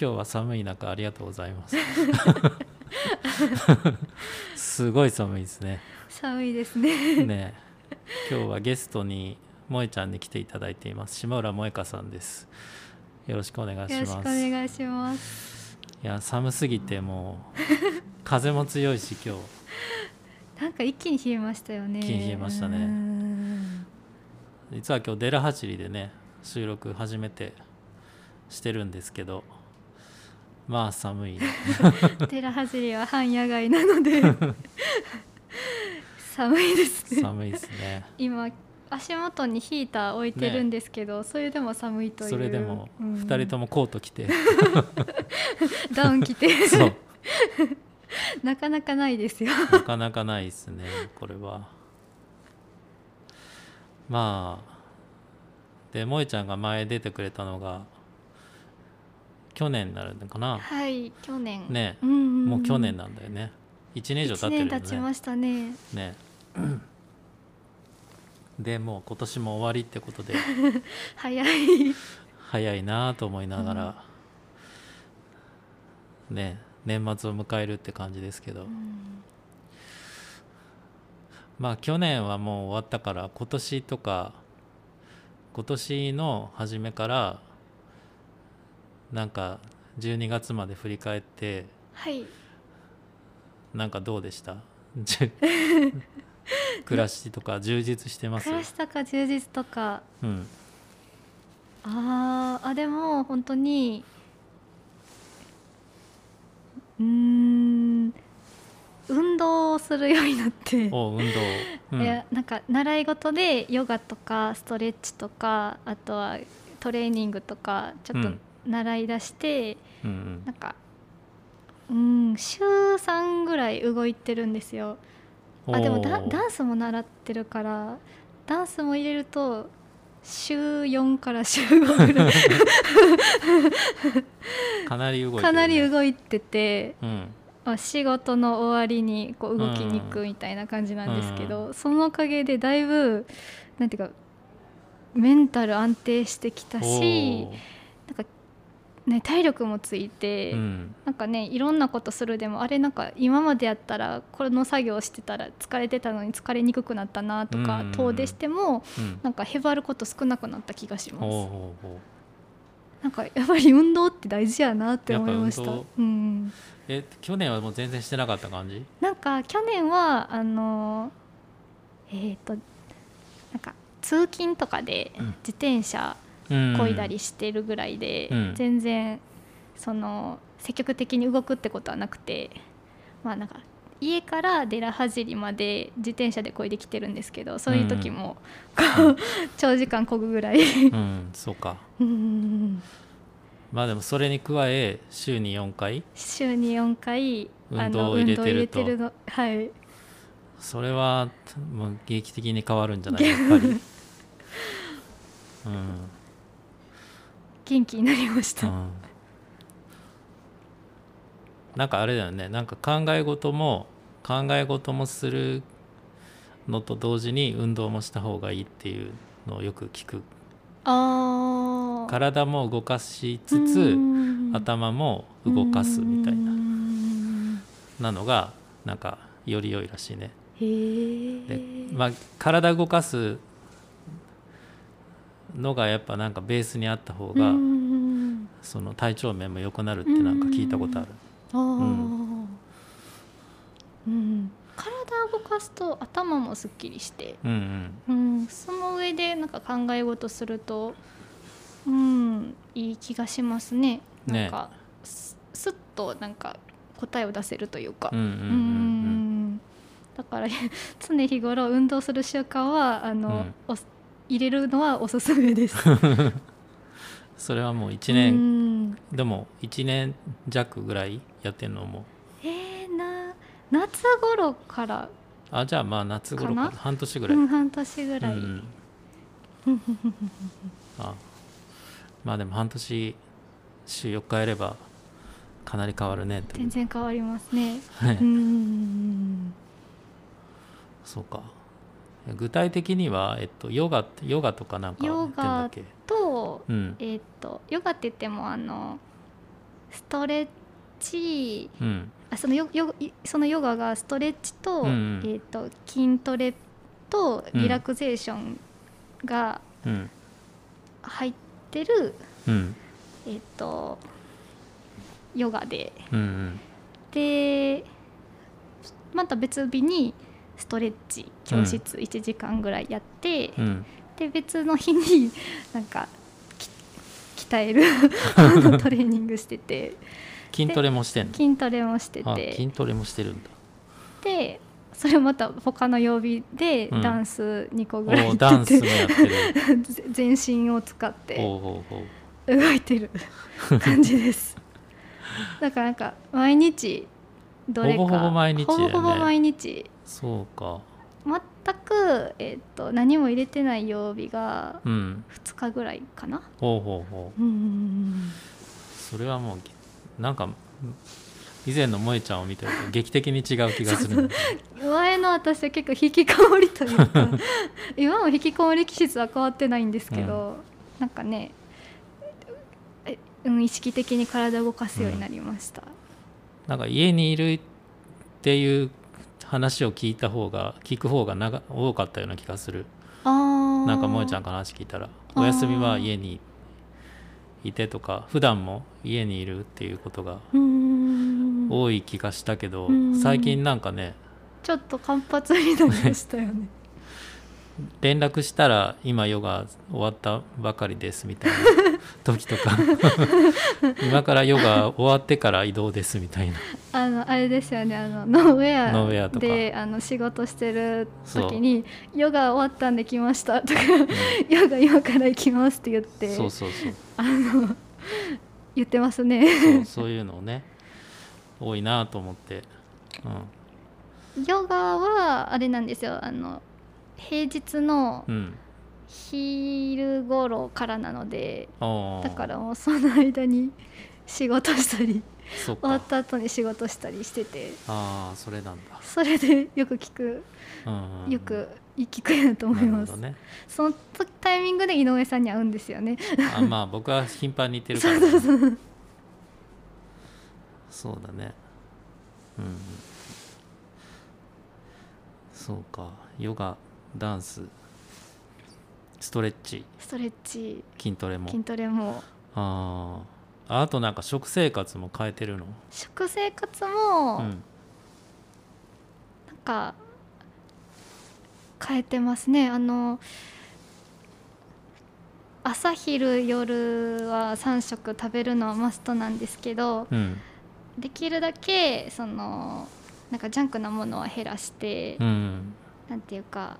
今日は寒い中ありがとうございますすごい寒いですね寒いですね。ね今日はゲストに萌えちゃんに来ていただいています島浦萌香さんですよろしくお願いよしろしくおますい願いします。や寒すぎてもう風も強いし今日なんか一気に冷えましたよね。一気に冷えましたねうん実は今日デラハチリでね収録初めてしてるんですけどまあ寒いテラハジリは半野外な ので寒いですね。寒いですね今足元にヒーター置いてるんですけど、それでも寒 いという。それでもうん2人ともコート 着てダウン着 てそうなかなかないですよ。なかなかないですね これはまあで萌ちゃんが前出てくれたのが去年になるのかなはい、去年。ねうんうんんもう去年なんだよね1年以上経一ってるよ年ね経ちましたね。ねでもう今年も終わりってこと で早い。早いなぁと思いながら、ね年末を迎えるって感じですけど、うんまあ去年はもう終わったから今年とか今年の初めからなんか12月まで振り返ってはい。なんかどうでした じゅ暮らしとか充実してます暮らしとか充実とかうんあーあでも本当にうーん運動をするようになって、お運動、うんいやなんか習い事でヨガとかストレッチとかあとはトレーニングとかちょっとうん習い出して、うんうんなんかうん週3ぐらい動いてるんですよあでもダおーダンスも習ってるからダンスも入れると週4から週5ぐらいかなり動いてる、ね、かなり動いてて、うんまあ仕事の終わりにこう動きに行くみたいな感じなんですけど、そのおかげでだいぶなんていうかメンタル安定してきたしお、ーなんかね、体力もついて。うん、なんかねいろんなことするでもあれなんか今までやったらこの作業してたら疲れてたのに疲れにくくなったなとか、うん遠出してもうん、なんかへばること少なくなった気がしまおすーおーおーなんかやっぱり運動って大事やなって思いましやたっぱ運動うんえ去年はもう全然してなかった感じなんか去年はあのえっ、となんか通勤とかでうん自転車こ漕いだりしてるぐらいで、うん全然その積極的に動くってことはなくてまあなんか家からデラハジリまで自転車で漕いできてるんですけどそういう時もこう、長時間漕ぐぐらいうんそうかうんまあでもそれに加え週に4回週に4回あ運動のを入れてると運動を入れてるのはいそれはもう劇的に変わるんじゃないやっぱり、うん元気になりましうた、ん、なんかあれだよねなんか考え事も考え事もするのと同時に運動もした方がいいっていうのをよく聞くああ体も動かしつつ、頭も動かすみたいななのがなんかより良いらしいね。へでえ、まあ、体動かすのがやっぱなんかベースにあった方が、うんその体調面も良くなるってなんか聞いたことある。ああ、うん体を動かすと頭もすっきりして、うんうんうん、その上でなんか考え事すると、うん、いい気がしますねねなんかすすっとなんか答えを出せるというか、うんうんうんううんんだから 常日頃運動する習慣はあの、おす入れるのはおすすめです。 それはもう1う年、んでも1年弱ぐらいやってるのもえー、な夏頃からあじゃあまあ夏頃かかな半年ぐらい。うん、半年ぐらい、うんうんあまあでも半年週4日やればかなり変わるねという全然変わりますね。はいうーんそうか具体的には、えっと、ヨガってヨガとかなんかやってんだっけとうんえーっとヨガって言ってもあのトレッチうんあそのヨヨそのヨガがストレッチと,、うんうんえー、と筋トレとリラクゼーションがうん入ってる、うんえー、とヨガでうんうんでまた別日にストレッチ教室1時間ぐらいやって、うんで別の日に なんかき鍛える あのトレーニングしてて筋トレもしてんの筋トレもしてあて筋トレもしてるんだでそれまた他の曜日でうんダンス2個おぐらいやっーてダンスもて、 やってる全身を使っておうおうおう動い てる感じですだからなんか毎日どれかほぼほぼ毎日だよねほぼほぼ毎日そうか全く、えっと何も入れてない曜日がうん2日ぐらいかな、ほうほうほうんうんうんうそれはもうぎなんか以前の萌えちゃんを見てると劇的に違う気がするんだけ前の私は結構引きこもりという か今も引きこもり気質は変わってないんですけど、なんかねえうん意識的に体を動かすようになりました、どなんか家にいるっていう話を聞いた方が聞く方が長多かったような気がするああなんか萌えちゃんから話聞いたらーお休みは家にいてとか普段も家にいるっていうことがうーん多い気がしたけどうん最近なんかねちょっと間髪になりましたよ ね連絡したら今ヨガ終わったばかりですみ たいな時とか 今からヨガ終わってから移動ですみたいなあのあれですよねあのノーウェアノーウェアとかであの仕事してる時に「ヨガ終わったんで来ました」とか 「ヨガ今から行きます」って言ってそうそうそう言ってますねそうそういうのをね多いなと思って、ヨガはあれなんですよあの平日のうんうん昼頃からなので、ああだからもうその間に 仕事したりそう終わかった後に仕事したりしててああそれなんだ、それでよく聞くうんうんよく聞くやと思いなるまほす、どねそのタイミングで井上さんに会うんですよねあまあ僕は頻繁に行ってるから、ね、そうだねうんうんそうかヨガダンスストレッチストレッチ筋トレも筋トレもあーああとなんか食生活も変えてるの食生活もうなんんか変えてますねあの朝昼夜は3食食べるのはマストなんですけどうんできるだけそのなんかジャンクなものは減らして、うんなんていうか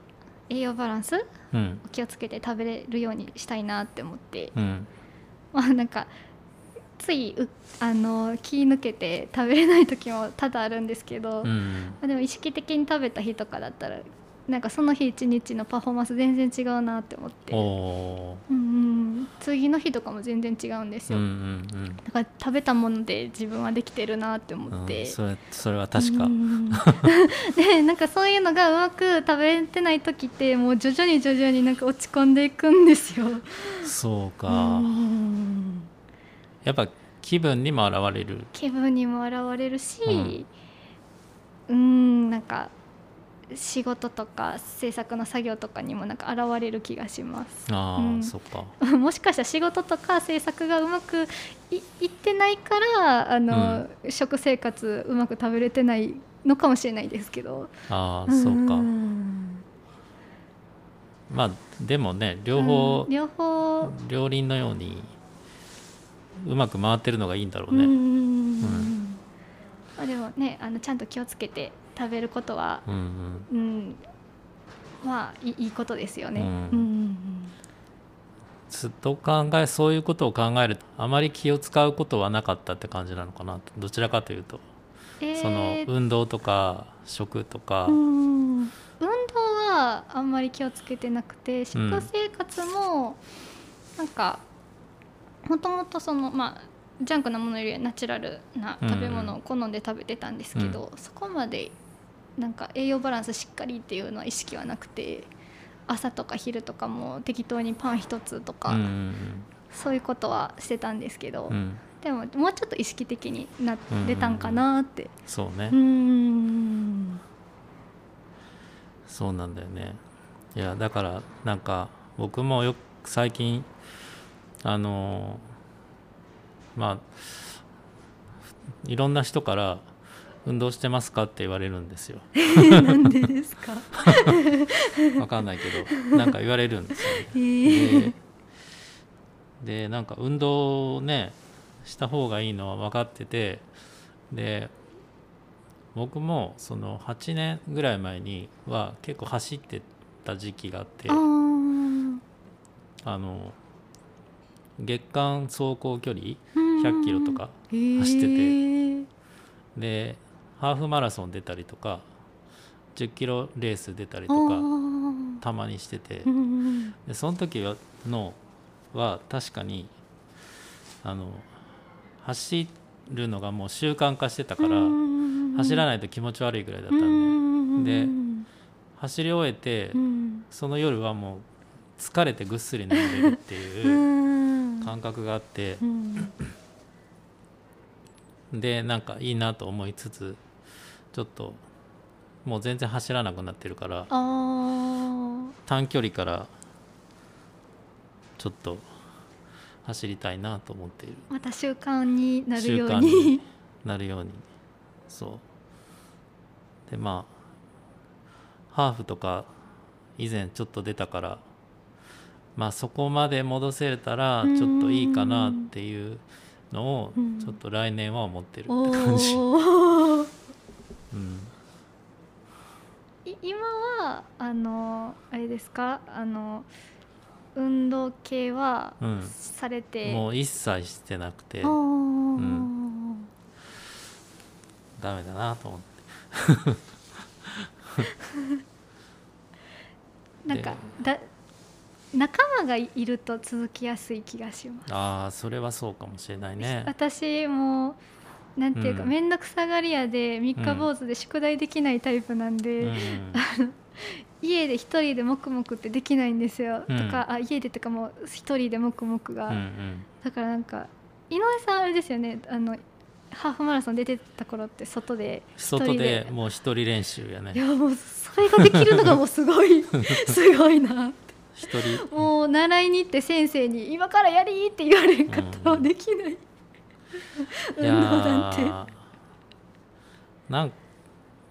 栄養バランスうんを気をつけて食べれるようにしたいなって思ってうんまあなんかついうあの気抜けて食べれない時も多々あるんですけど、うまんあでも意識的に食べた日とかだったらなんかその日一日のパフォーマンス全然違うなって思って、うんおーうん、次の日とかも全然違うんですうんよ、うんだから食べたもので自分はできてるなってうん思っうて、んそれそれは確かううん でなんかそういうのがうまく食べてない時ってもう徐々に徐々になんか落ち込んでいくんですよ。そうかうんやっぱ気分にも現れる気分にも現れるし、ううんん、なんか仕事とか制作の作業とかにもなんか現れる気がします。 ああ、うんそっかもしかしたら仕事とか制作がうまくいいってないからあの、食生活うまく食べれてないのかもしれないですけど。ああそうか、んまあでもね両方うん、両方、両輪のようにうまく回ってるのがいいんだろううんうんねうんううんまあでもねあのちゃんと気をつけて食べることはうん、うん、うん、まあいいいいことですよね、うんうんうんずっと考えそういうことを考えるとあまり気を使うことはなかったって感じなのかなどちらかというと、うんそのえー運動とか食とか、うん運動はあんまり気をつけてなくて食生活もなんかもともとそのまあジャンクなものよりはナチュラルな食べ物を好んで食べてたんですけど、そこまでなんか栄養バランスしっかりっていうのは意識はなくて朝とか昼とかも適当にパン一つとか、うんそういうことはしてたんですけど、うんうんでももうちょっと意識的になってたんかなってそうね、うーんそうなんだよねいやだからなんか僕もよく最近あのまあいろんな人から「運動してますか?」って言われるんですよ なんでですか、 わかんないけどなんか言われるんですよねえでーでなんか運動をねした方がいいのは分かっててで僕もその8年ぐらい前には結構走ってた時期があってあーあの月間走行距離うん100キロとか走っててえーでハーフマラソン出たりとか10キロレース出たりあとかーたまにしててうんうんでその時はのは確かにあの走るのがもう習慣化してたから走らいないと気持ち悪いぐらいだだったんででうん走り終えてうんその夜はもう疲れてぐっすり眠れるってういうん感覚があってうんでなんかいいなと思いつつちょっともう全然走らなくなってるからあー短距離からちょっと走りたいなと思っている。また習慣になるよう習慣にになるようにそうでまあハーフとか以前ちょっと出たからまあそこまで戻せれたらうんちょっといいかなっていうのをうんちょっと来年は思ってるおって感じ、おーうん、い今はあのあれですかあの運動系はうんされて、もう一切してなくておーうダメだなと思ってなんかだ仲間がいると続きやすい気がします、ああそれはそうかもしれないね私もなんていうかうん面倒、くさがり屋で三日坊主で宿題できないタイプなんで、うん家で一人で黙々ってできないんですよ、うんとかあ家でとかもう一人で黙々が、うんうんだからなんか井上さんあれですよねあのハーフマラソン出てた頃って外で一外人でもう一人練習やいねやもうそれができるのがもうすご いすごいなって一人もう習いに行って先生に「今からやり!」って言われることはできない、い 運動やなんてーなん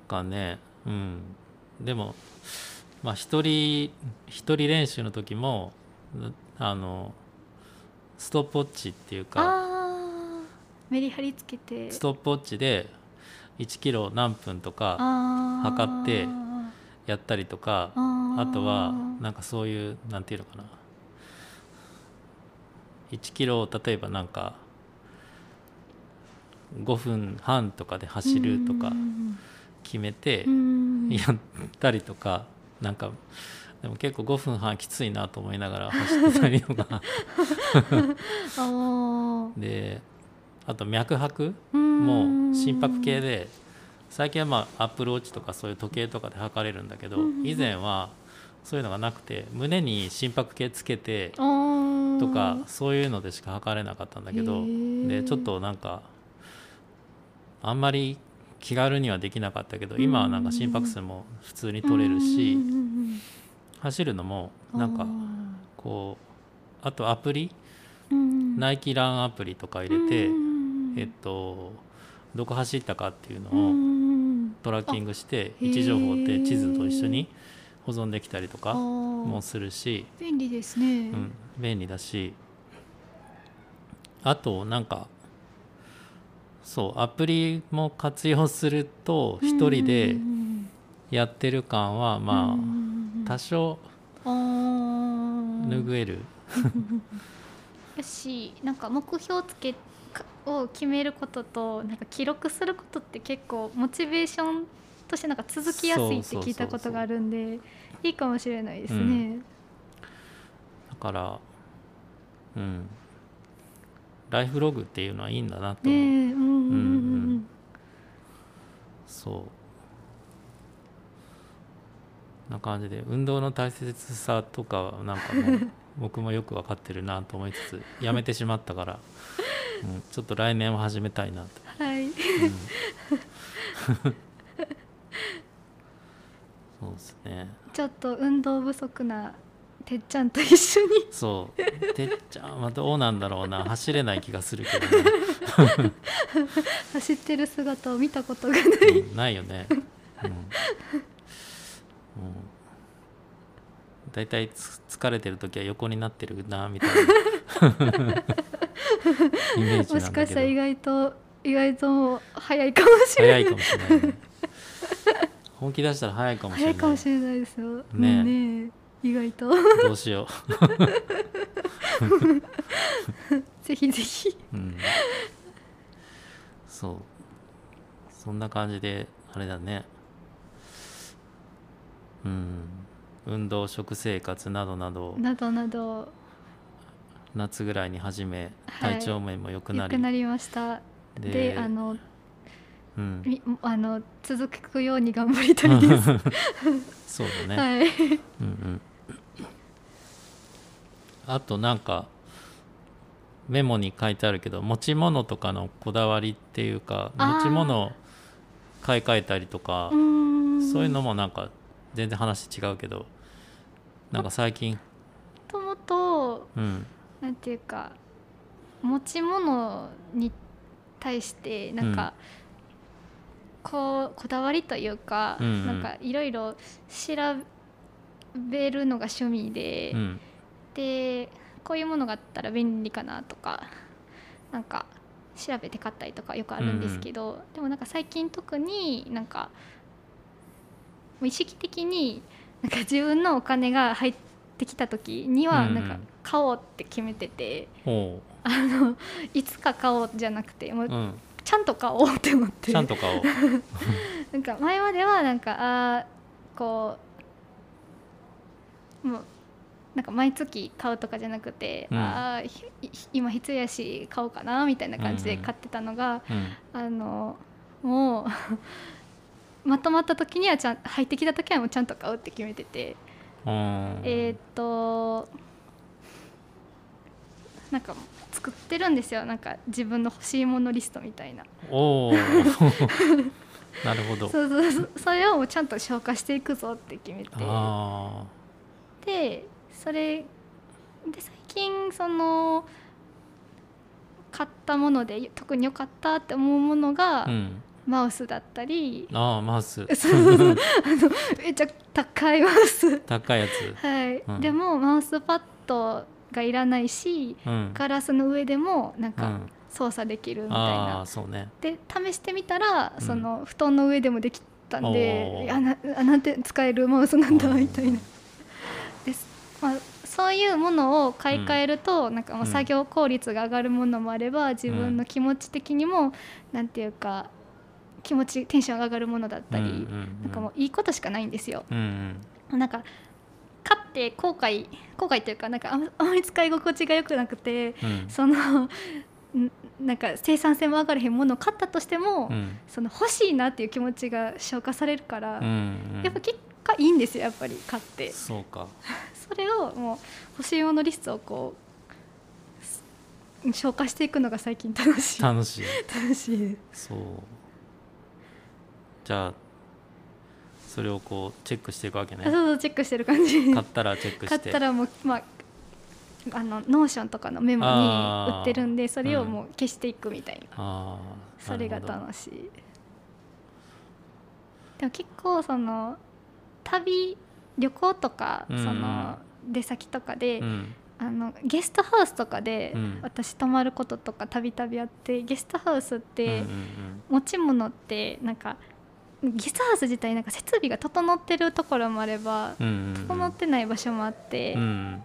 かねうんでもまあ一人一人練習の時もうあのストップウォッチっていうかあーメリハリつけてストップウォッチで1キロ何分とかあー測ってやったりとかあーあとはなんかそういうなんていうのかな1キロ例えばなんか5分半とかで走るとかうん決めて うんやったりとかなんかでも結構5分半きついなと思いながら走ってたりと かあーであと脈拍うんも心拍計で最近はまあアップルウォッチとかそういう時計とかで測れるんだけどうん以前はそういうのがなくて胸に心拍計つけてあーとかそういうのでしか測れなかったんだけへどーでちょっとなんかあんまり気軽にはできなかったけどうん今はなんか心拍数も普通に取れるしうんうんうん走るのもなんあかーこうあとアプリうんナイキランアプリとか入れてうんうんうんえっとどこ走ったかっていううんうのをんトラッキングしてあ位置情報っへてー地図と一緒に保存できたりとあかーもするし便利ですね、うん、便利だしあとなんかそうアプリも活用すると一人でやってる感はまあ多少あ拭拭える、よしなんか目標つけかを決めることとなんか記録することって結構モチベーションとしてなんか続きやすいそうってそうそうそう聞いたことがあるんでいいかもしれないですね。だからうんライフログっていうのはいいんだなとね思う、えうんうんうんそうこんな感じで運動の大切さとかはなんかもう僕もよく分かってるなと思いつつやめてしまったからうんちょっと来年は始めたいなと、はいうんそうですねちょっと運動不足なてっちゃんと一緒に そうてっちゃんはどうなんだろうな走れない気がするけどね走ってる姿を見たことがないうんないよね。うん。うん、だいたいつ疲れてる時は横になってるなみたいな イメージもなしんかだしたら意けど外と意外ともう早いかもしれな早いいかもしれない、ね。本気出したら早いかもし早れいかなもい。しれないですよねえねえ意外と どうしよぜひぜひう。うん。そう。そんな感じであれだね。うん。運動食生活などなどなどなど夏ぐらいに始めはい体調面も良く良なり,、くなりましたであのうん、みあの続くように頑張りたいですそうだね、 はいうんうんあとなんかメモに書いてあるけど持ち物とかのこだわりっていうかあー持ち物を買い替えたりとかうーんそういうのもなんか全然話違うけどなんか最近もともとうんなんていうか持ち物に対してなんか、こうこだわりというか、うんうんなんかいろいろ調べるのが趣味で、うんでこういうものがあったら便利かなとかなんか調べて買ったりとかよくあるんですけど、でもなんか最近特になんかもう意識的になんか自分のお金が入ってきた時にはうんなんか買おうって決めてて、おう、あのいつか買おうじゃなくてもううん、ちゃんと買おうって思ってちゃんと買 おう、なんか前まではなんかあーこうもうなんか毎月買うとかじゃなくて、うんあーひひ今必要やし買おうかなみたいな感じで買ってたのが、うん、あのもう まとまった時にはちゃん入ってきた時はもうちゃんと買うって決めてて、うんえーっとなんか作ってるんですよなんか自分の欲しいものリストみたいな。おお なるほどそうそうそうそれをもうちゃんと消化していくぞって決めてあでそれで最近その買ったもので特に良かったって思うものが、あうんマウスだったりああマウスそうそうめっちゃ高いマウス 高いやつはい、うんでもマウスパッドがいらないしうんガラスの上でもなんうかん操作できるみたいな、ああそうねで試してみたら、うんその布団の上でもできたんおーでいやなあなんて使えるマウスなんだうんみたいなです、まあ、そういうものを買い替えると、なんかまうあん作業効率が上がるものもあれば自分の気持ち的にも、なんていうか気持ちテンションが上がるものだったり、なんかもういいことしかないんですよ。うんうんなんか買って後悔後悔というかなんかあんあんまり使い心地が良くなくてうんその んなんか生産性も上がれへんものを買ったとしても、うんその欲しいなっていう気持ちが消化されるから、うんうんやっぱ結果いいんですよやっぱり買ってそうかそれをもう欲しいものリストをこう消化していくのが最近楽しい楽楽しいしいですそうじゃあそれをこうチェックしていくわけあねそうそうチェックしてる感じ買ったらチェック買しってたらもうまああのノーションとかのメモにあー売ってるんでそれをうんもう消していくみたいな、ああそれがなるほど楽しいでも結構その旅旅行とか、うんその出先とかで、うんあのゲストハウスとかで、うん私泊まることとかたびたびあってゲストハウスっうんて、うん持ち物ってなんかゲストハウス自体なんか設備が整ってるところもあれば、うんうんうん整ってない場所もあって、うん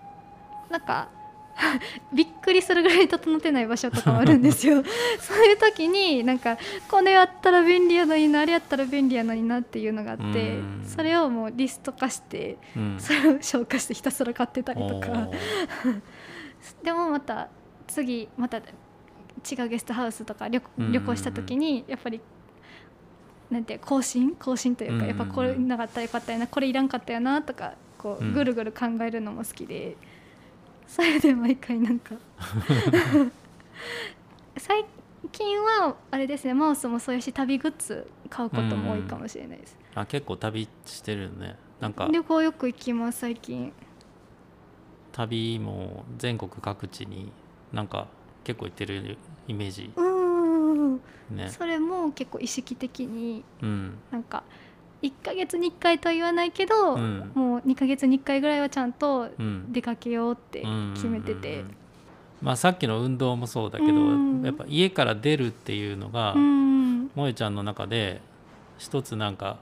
なんか びっくりするぐらい整ってない場所とかもあるんですよそういう時になんかこれやったら便利やのになあれやったら便利やのになっていうのがあってうんそれをもうリスト化してうんそれを消化してひたすら買ってたりとかおーでもまた次また違うゲストハウスとか旅うんうんうん旅行した時にやっぱりなんて更新更新というかうんやうっんうぱんこれなかったらよかったよなこれいらんかったよなとかこううんぐるぐる考えるの も好きでそれで毎回なんか最近はあれですねマウスもそうやし旅グッズ買うことも多いかもしれないです、あ結構旅してるねなんか旅行よく行きます最近旅も全国各地になんか結構行ってるイメージうーんねそれも結構意識的にうんなんか1ヶ月に1回とは言わないけど、うんもう2ヶ月に1回ぐらいはちゃんとうん出かけようってうん決めてて、うんまあさっきの運動もそうだけど、うんやっぱ家から出るっていうのが、うんもえちゃんの中で一つなんか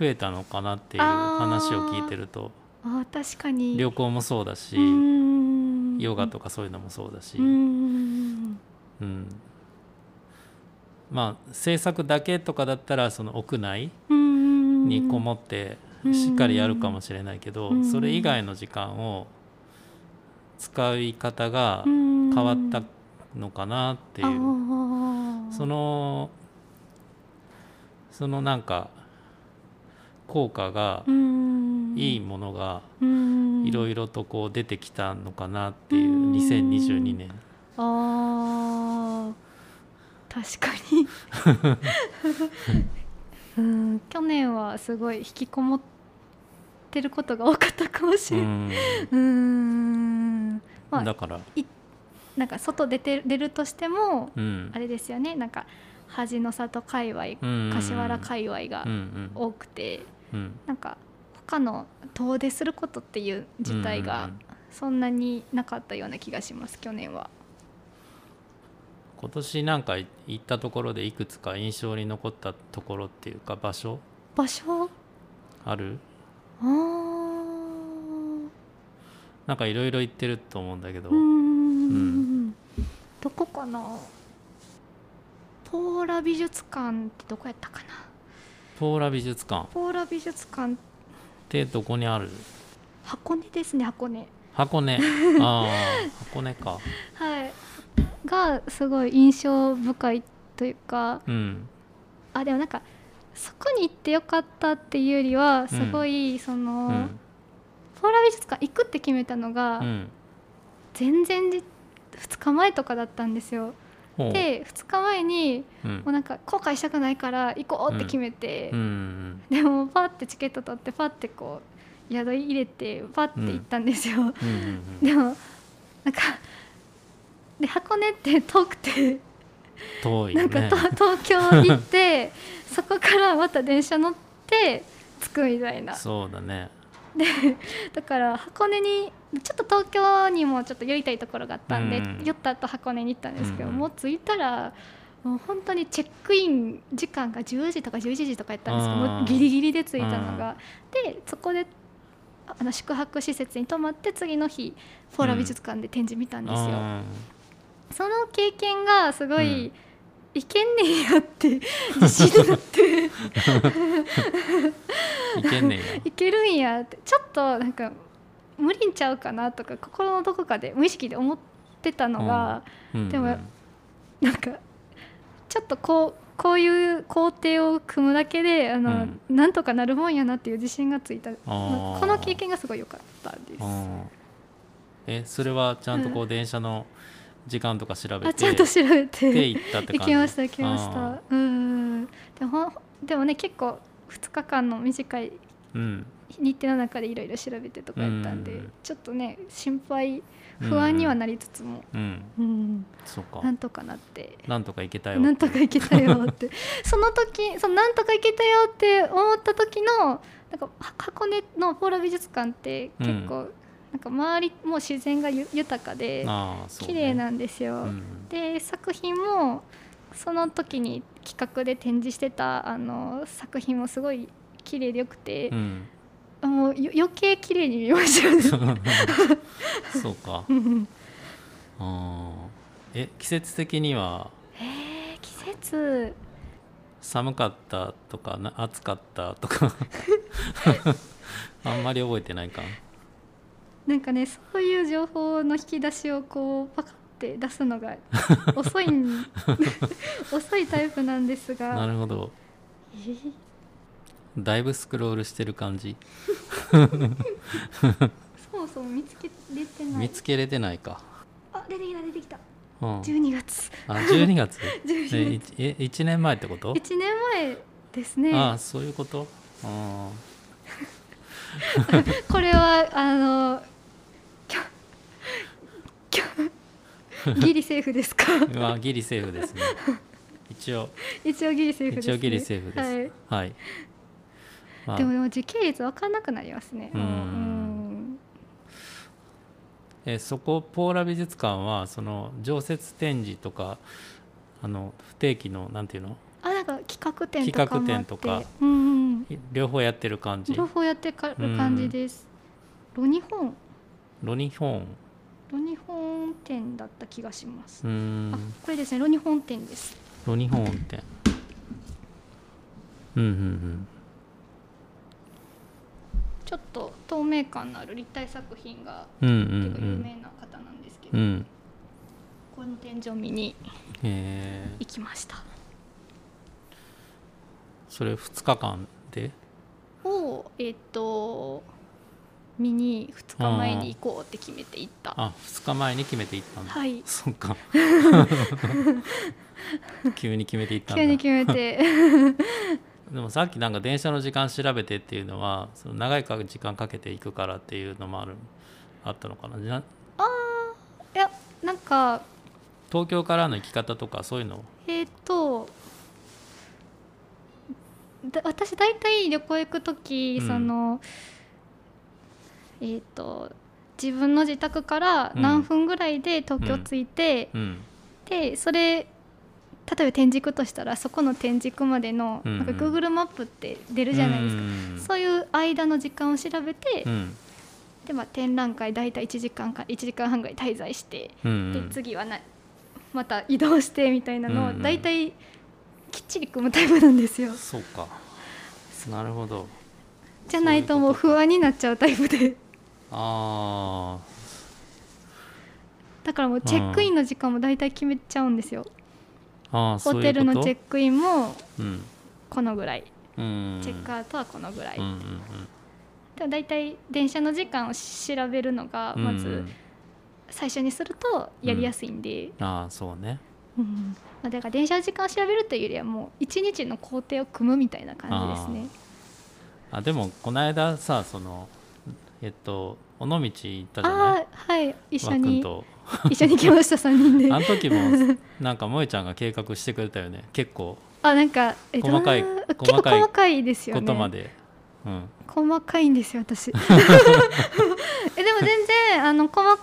増えたのかなっていうあー話を聞いてるとあ確かに旅行もそうだし、うんヨガとかそういうのもそうだし、うんうんまあ制作だけとかだったらその屋内うんにこもってうんしっかりやるかもしれないけど、うんそれ以外の時間を使い方が変変わったのかなっていう、そのそのなんか効果がいいものがいろろいろとこう出てきたのかなっていう、うん2022年 あー確かに うん去年はすごい引きこもってることが多かったかもしうれないんうんまあだから、なんか外出て出るとしてもうんあれですよねなんか恥の里界隈うん柏原界隈がうんうん多くてうんなんか他の遠出することっていう事態うがんうんうんそんなになかったような気がします去年は。今年なんか行ったところでいくつか印象に残ったところっていうか場所場所あるあーなんかいろいろ行ってると思うんだけど、うーんんどこかなポーラ美術館ってどこやったかなポーラ美術館っポーラ美術館てどこにある箱根ですね箱根箱 根ああ箱根かはいがすごい印象深いというかうんあでもなんかそこに行ってよかったっていうよりはすごいその、うんポーラ美術館行くって決めたのがうん前々日2日前とかだったんですよほうで2日前にうんもうなんか後悔したくないから行こうって決めて、うんうんでもパッてチケット取ってパッてこう宿入れてパッて行ったんですよ、うんうんうん でもなんかで箱根って遠くて遠いなよんかねと、東京行って そこからまた電車乗って着くみたいなそうだねだから箱根にちょっと東京にもちょっと寄りたいところがあったんで、うん寄った後箱根に行ったんですけど、うんもう着いたらもう本当にチェックイン時間が10時とか11時とかやったんですけどうんもうギリギリで着いたのが、でそこであの宿泊施設に泊まって次の日フォーラ美術館で展示見たんですよ、あその経験がすごい、うんいけんねんやって自信になって。ー行け んねんよいけるんやってちょっとなんか無理んちゃうかなとか心のどこかで無意識で思ってたのが、うんうんでもなんかちょっとこうこういう工程を組むだけであの、なんとかなるもんやなっていう自信がついたあーこの経験がすごい良かったです。うんえそれはちゃんとこう電車の時間とか調べあてちゃんと調べでて行ったって行感じきました行きましたあうんでもでもね結構2日間の短いーうん日程の中でいろいろ調べてとかやったんで、うんちょっとね心配不安にはなりつつも、うんうん、そうかなんとかなって。なんとか行けたよなんとかいけたよって その時そのなんとかいけたよって思った時のなんかは箱根のポーラ美術館って結構、なんか周りもう自然がゆ豊かでああそう、ね、綺麗なんですよ。うんで作品もその時に企画で展示してたあの作品もすごい綺麗でよくてう、ん、 もうよ余計綺麗に見えましたよね そうかうんうん。あーえ季節的にはえー、季節寒かったとかな暑かったとか あんまり覚えてないかなんかねそういう情報の引き出しをこうパカって出す のが遅いん 遅いタイプなんですがなるほどえーだいぶスクロールしてる感じそもそも見つけれてない見つけれてないかあ出てきた出てきたうん、 12月あ12月 12月えいちえ1年前ってこと1年前ですねああそういうことあこれはあのきょきょギリセーフです かあまあギリセーフですね一 応一応ギリセーフで一す、ね、応ギリセーフですははいい、まあでもでも時系列わかんなくなりますねうんうんえそこポーラ美術館はその常設展示とかあの不定期のなんていうのあなんか企画展とかもあって企画展とかうんうんい両方やってる感じ両方やってかる感じですロニホーンロニホーンロニホーン店だった気がしますうーあんこれですねロニホーン店ですロニホーンってうんうんうんちょっと透明感のある立体作品がうんう結構有ん名な方なんですけど、うんうんこの展示を見にえー行きましたそれ2日間でをえっ、と見に2日前に行こうって決めて行ったあ2日前に決めていったんだ、はいそっ か 急に決めていったんだ急に決めて でもさっきなんか電車の時間調べてっていうのはその長いか時間かけていくからっていうのもあるあったのかななあいやなんか東京からの行き方とかそういうのえっ、とだ私大体旅行行く時、うんそのえっ、と自分の自宅から何分ぐらいで東京着いて、うんでそれ例えば天竺としたらそこの天竺までの、うんうんなんか Google マップって出るじゃないですか、うんそういう間の時間を調べて、うんでまあ、展覧会大体1時間か1時間半ぐらい滞在して、うんうでん次はなまた移動してみたいなのうをんうん大体きっちり組むタイプなんで すよそうかなるほどじゃないともそういううこと不安になっちゃうタイプで あだからもうチェックインの時間も大体決めちゃうんですよ、ーあーそうホいテうこルとのチェックインもうんこのぐらい、うんチェックアウトはこのぐらい、うんうんうんでも大体電車の時間を調べるのがまうんうずん最初にするとやりやすいんで、ああそうねうんまあ、だから電車の時間を調べるというよりはもう1日の工程を組むみたいな感じですねあでもこの間さそのえっと尾道行ったじゃなあいあーはい一緒わっくんにと一緒に来ました3 人であの時もなんか萌ちゃんが計画してくれたよね結構あなんか、え細かい結細構かい細かいですよねことまで、うん細かいんです よ私 えでも全然あの細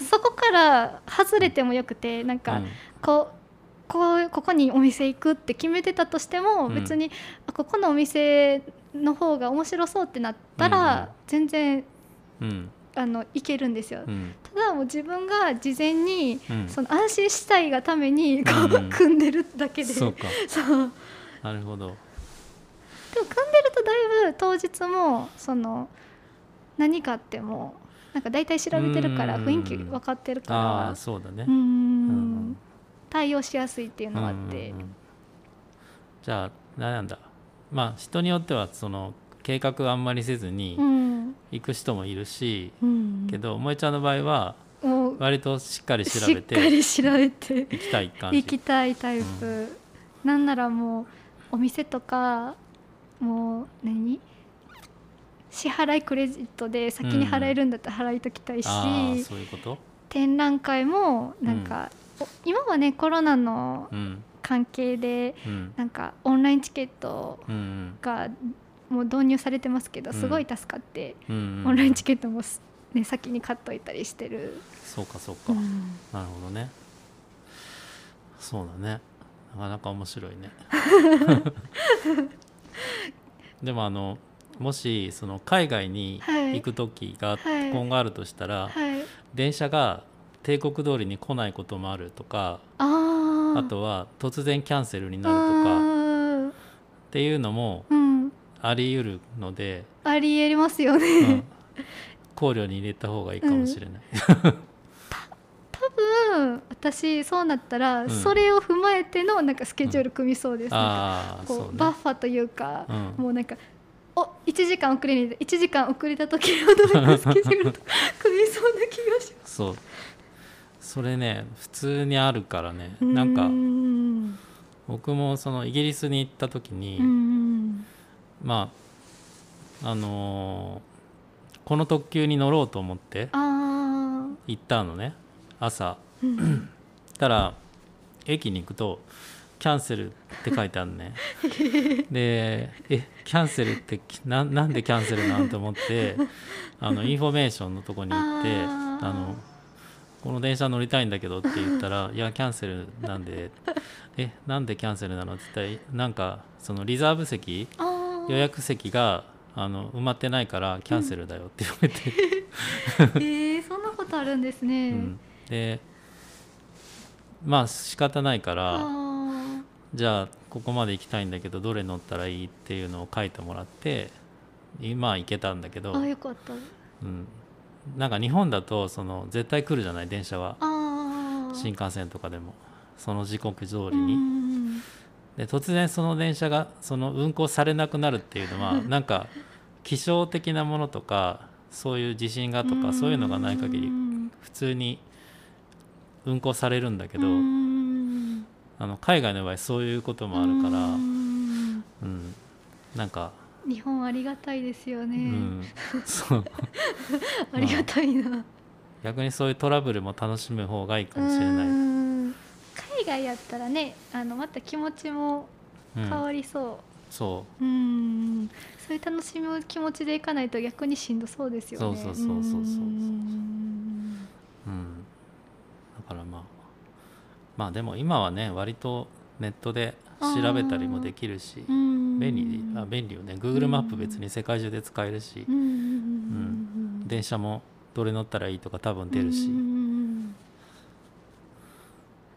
そこから外れてもよくてなんか、うんこうこうここにお店行くって決めてたとしてもうん別に、あここのお店の方が面白そうってなったうんうんら全然、うんあの行けるんですよ、うんただもう自分が事前に、うんその安心したいがためにこう、うん組んでるだけでそうか そうなるほどでも組んでるとだいぶ当日もその何かあってもなんか大体調べてるからうん雰囲気分かってるかああらそうだねうーんうん対応しやすいっていうのがあっうてんうんうんじゃあ悩んだまあ人によってはその計画あんまりせずにうん行く人もいるし、うんけど萌ちゃんの場合はもう割としっかり調しべっかてり調べて行きたい感じ行きたいタイプなんならもうお店とかもう何支払いクレジットで先に払えるんだったら払いときたいし、ああそういうこと展覧会もなんか、お今はねコロナのうん関係でうんなんかオンラインチケットうんがもう導入されてますけどうんすごい助かって、うんうんオンラインチケットもす、ね、先に買っといたりしてる、そうかそうか、なるほどねそうだねなかなか面白い ねでもあのもしその海外にはい行く時がはい今後あるとしたら、はい電車が帝国通りに来ないこともあるとかあーあとは突然キャンセルになるとかあーっていうのもうんあり得るので、 ありえますよね、うん考慮に入れた方がいいかもしれない。多分私そうなったら、うんそれを踏まえてのなんかスケジュール組みそうです、なんかああこうそうね。バッファというか、うんもうなんかお1時間遅れに1時間遅れた時のどうやってスケジュールと組みそうな気がしそうそれね普通にあるからねうなんかうん僕もそのイギリスに行った時に、うんまああのーこの特急に乗ろうと思ってあ行ったのね朝ーうんたら駅に行くと「キャンセル」って書いてある ねで「えキャンセルってきななんでキャンセルなん?」と思ってあのインフォメーションのとこに行って「ああーのこの電車乗りたいんだけど」って言った ら「いやキャンセルなんで」えなんでキャンセルなの?」って言ったらなんかそのリザーブ席あー予約席があの埋まってないからキャンセルだよって言われて、えー、そんなことあるんですね、うんでまあ仕方ないから。あじゃあここまで行きたいんだけどどれ乗ったらいいっていうのを書いてもらって今は行けたんだけど、ーあよかったうん、なんか日本だとその絶対来るじゃない電車はああ新幹線とかでもその時刻通りうに、んで突然その電車がその運行されなくなるっていうの はなんか気象的なものとかそういう地震がとかそういうのがない限りうん普通に運行されるんだけど、うんあの海外の場合そういうこともあるから。うんうん、なんか、日本ありがたいですよね、うん、そう ありがたいな逆にそういうトラブルも楽しむ方がいいかもしれない。うん海外やったらねあのまた気持ちもうん変わりそそううんそういう楽しみを気持ちでいかないと逆にしんどそうですよねそうそうそうそうそうそうんう、うん、だからまあまあでも今はね割とネットで調べたりもできるしうん便利あ便利よね Google マップ別に世界中で使えるしうんうん電車もどれ乗ったらいいとか多分出るしうん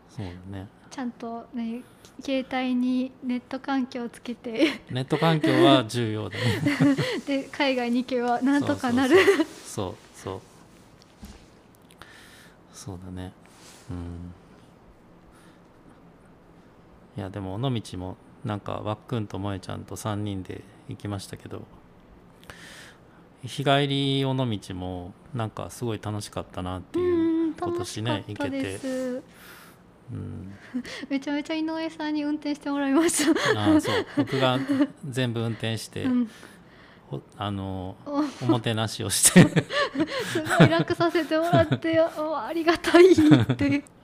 そうだねちゃんとね携帯にネット環境をつけて ネット環境は重要だねで海外に行けばなんとかなるそうそうそうそうだねうんいやでも尾道もなんかわっくんと萌えちゃんと3人で行きましたけど日帰り尾道もなんかすごい楽しかったなっていう、うん今年ね楽しかったで行けすうん、めちゃめちゃ井上さんに運転してもらいましたああそう僕が全部運転して、うんほあのおおもてなしをしてすごい楽させてもらって おありがたい って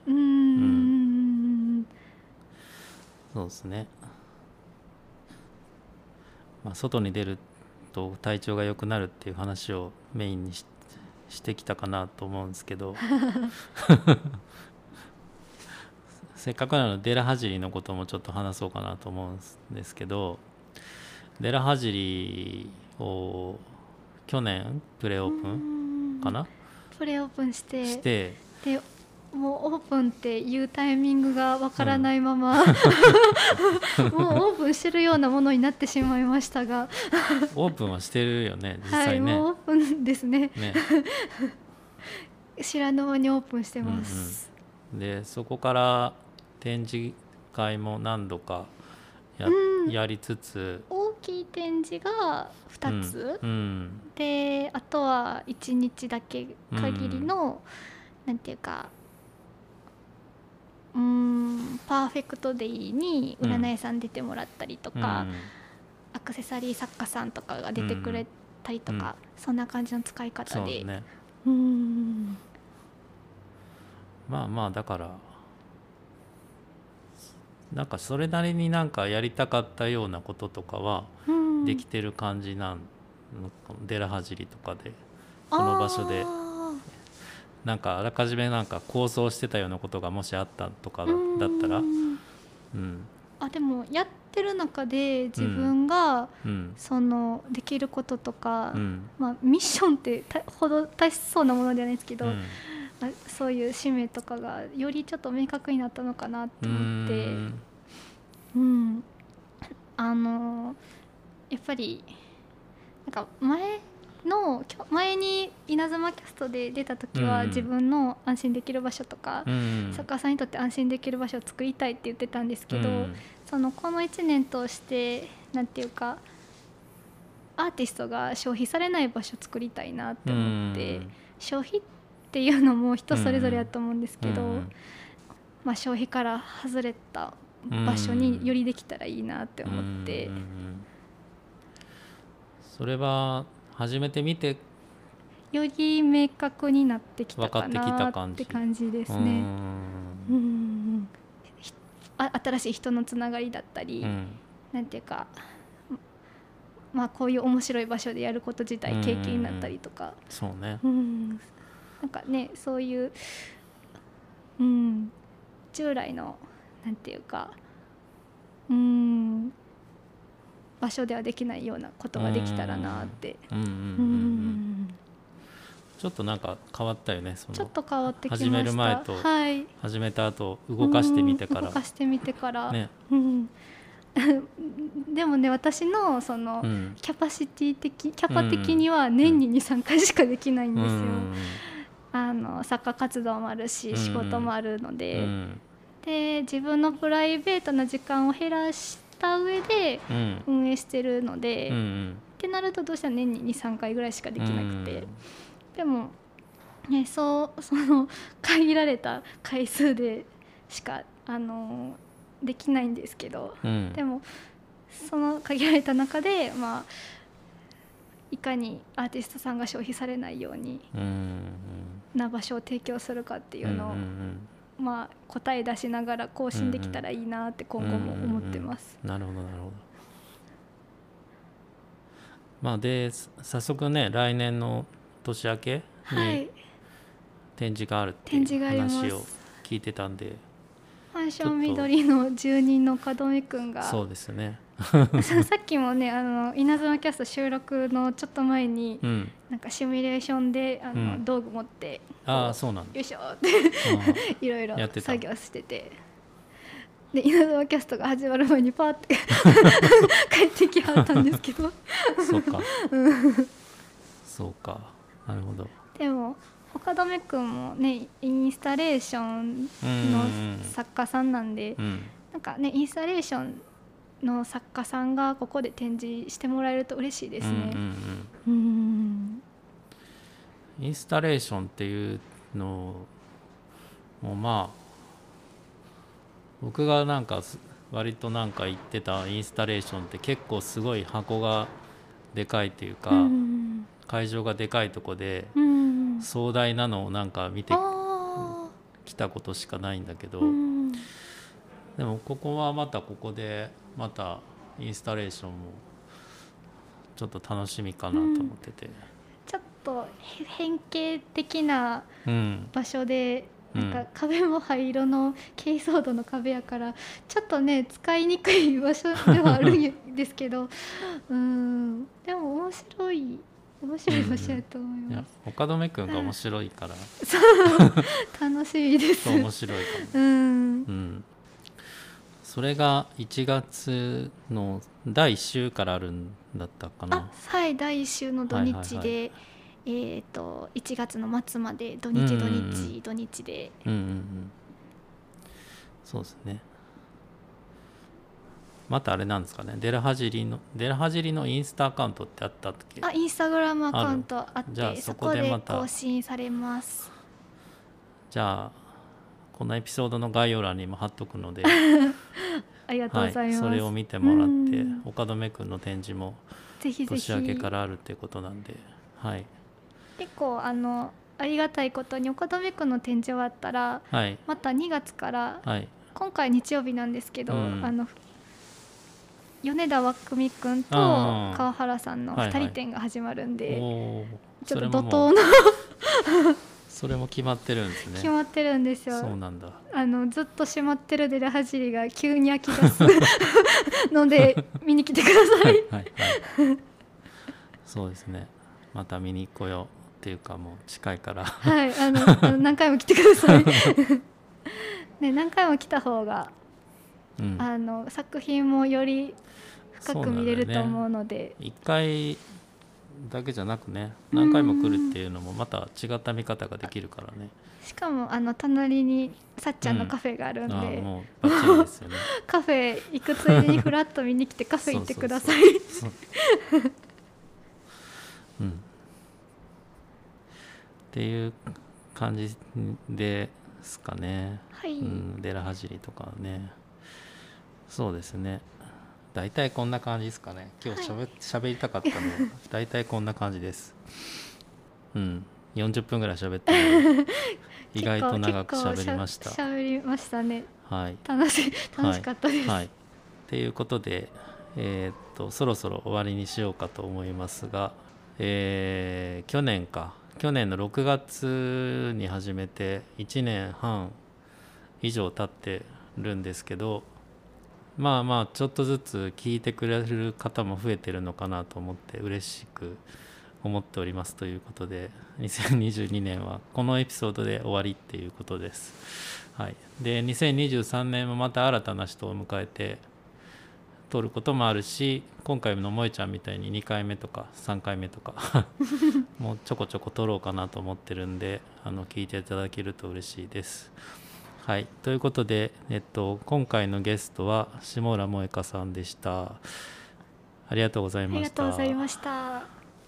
うーんそうですね、まあ、外に出ると体調が良くなるっていう話をメインにししてきたかなと思うんですけど せっかくなのでデラハジリのこともちょっと話そうかなと思うんですけどデラハジリを去年プレオープンンかな、プレオープンしてしてでもうオープンっていうタイミングがわからないま ま、もうオープンしてるようなものになってしまいましたが、オープンはしてるよね実はい際ね。もうオープンですねね知らぬ間にオープンしてます、でそこから展示会も何度かや,、うんやりつつ大きい展示が2つ、うんうんであとは1日だけ限りの、なんていうかうーんパーフェクトデイに占い師さん出てもらったりとか、うんアクセサリー作家さんとかが出てくれたりとか、そんな感じの使いそ方うでう,、ねーんまあまあだからなんかそれなりになんかやりたかったようなこととかはうんできてる感じなん、デラハジリとかでこの場所であなんかあらかじめなんか構想してたようなことがもしあったとかだーだったらうーんうんあでもやってる中で自分が、うんそのできることとか、うんまあ、ミッションってたほど大しそうなものではないですけど、うんあそういう使命とかがよりちょっと明確になったのかなと思って、ううんんあのやっぱりなんか前のきょ前に稲妻キャストで出た時うはん自分の安心できる場所とか、うん作家さんにとって安心できる場所を作りたいって言ってたんですけど、うんそのこの1年通してなんていうかアーティストが消費されない場所を作りたいなって思って。うん消費っていうのも人それぞれやと思うんですけど、うんまあ、消費から外れた場所によりできたらいいなって思って、うんうんうんそれは始めてみてより明確になってきたか分かってきたなっ感じて感じですうね。んうんうんうんひあ新しい人のつながりだったり、うんなんていうかまあこういう面白い場所でやること自体経験になったりとか、そうねうん、なんかねそういう、うん、従来のなんていうか、うん、場所ではできないようなことができたらなって、うんうんうんううんん、ちょっとなんか変わったよねそちょのっと変わってきました始める前とはい、始めた後動かしてみてかうんら動かしてみてから、ねうん でもね私のその、うんキャパシティ的キャパ的には年に23回しかできないんうですよ、んあの作家活動もあるうんし仕事もあるのうで、んで自分のプライベートな時間を減らした上でうん運営してるので、うんうっんてなるとどうしても年に23回ぐらいしかできなくて、でも、ね、そう その限られた回数でしかあのできないんですけどうんうんでもその限られた中で、まあ、いかにアーティストさんが消費されないようにうんな場所を提供するかっていうんううんのを、うんまあ、答え出しながら更新できたらいいなって今後も思ってます。うんうんうんなるほどなるほどまあでさ早速ね来年の年明けはにい、展示があるってい展示うがあります話を聞いてたんで、マンション緑の住人の門美くんがそうですねそう さっきもねあの稲妻キャスト収録のちょっと前に、うんなんかシミュレーションであの、うん道具持ってああそうなんだよいしょって いろいろやってた作業してて。で稲妻キャストが始まる前にパーって 帰ってきはったんですけ どうんそうかそうかなるほどでも岡留くんもねインスタレーションうんの作家さんなんで、うんなんかねインスタレーションの作家さんがここで展示してもらえると嬉しいですうんうんね。うんうんインスタレーションっていうのもまあ僕がなんかす割となんか言ってたインスタレーションって結構すごい箱がでかいっていうか、うん会場がでかいとこでうん壮大なのをなんか見てあきたことしかないんだけど、ーうんでもここはまたここでまたインスタレーションもちょっと楽しみかなと思ってて、ちょっとへ変形的なうん、場所でうんなんか壁も灰色の珪藻土の壁やからちょっとね使いにくい場所ではあるんですけど うんでも面白い面白い場所やと思いいまや岡留君が面白い からす、楽しみですそう面白いかも、うんうん、それが1月の第1週からあるんだったかあなはい第1週の土日で、はいはいえっ、と1月の末まで土日うん土うんうん日土日でうんうんうんそうですねまたあれなんですかねデラハジリのデラハジリのインスタアカウントってあったっけあインスタグラムアカウントあっじゃあてそそここででまた更新されますじゃあこのエピソードの概要欄にも貼っとくの で、ありがとうはございます、それを見てもらってうん岡留君の展示もぜひぜひ年明けからあるってことなんで、はい、結構あのありがたいことに岡留君の展示終わったらはい、また2月からはい、今回日曜日なんですけど、うんあの米田和久美君とあー川原さんのはいはい2人展が始まるんで、おーちょそっれとも怒もう涛のそれも決まってるんですね。決まってるんですよ。そうなんだ。あのずっと閉まってるデラハジリが急に飽き出す ので見に来てくださ。はいい、はい、はい。そうですね。また見に来ようっていうかもう近いから。はい、 あのあの何回も来てく ださい。ね何回も来た方がうん。あの作品もより深く見れると思うので一回だけじゃなくね、何回も来るっていうのもまた違った見方ができるからね。しかもあの隣にさっちゃんのカフェがあるんで、あーもうバッチリですよ ね。カフェ行くついでにフラッと見に来てカフェ行ってくださいそうそうそうそううん。っていう感じですかね、はい、うん、デラハジリとかねそうですね大体こんな感じですかね今日しゃべ,、りたかったの大体こんな感じですうん40分ぐらい喋ったので意外と長く喋りました結構喋りましたねはい楽し楽しかったです、はい。ということで、えーっとそろそろ終わりにしようかと思いますが、えー去年か去年の6月に始めて1年半以上経ってるんですけどまあまあちょっとずつ聞いてくれる方も増えてるのかなと思って嬉しく思っておりますということで2022年はこのエピソードで終わりっていうことです。はい、で2023年もまた新たな人を迎えて撮ることもあるし今回の萌えちゃんみたいに2回目とか3回目とか もうちょこちょこ撮ろうかなと思ってるんであの聞いていただけると嬉しいです。はい、ということで、えっと、今回のゲストは下浦萌香さんでした。ありがとうございありまがしとうた。ございました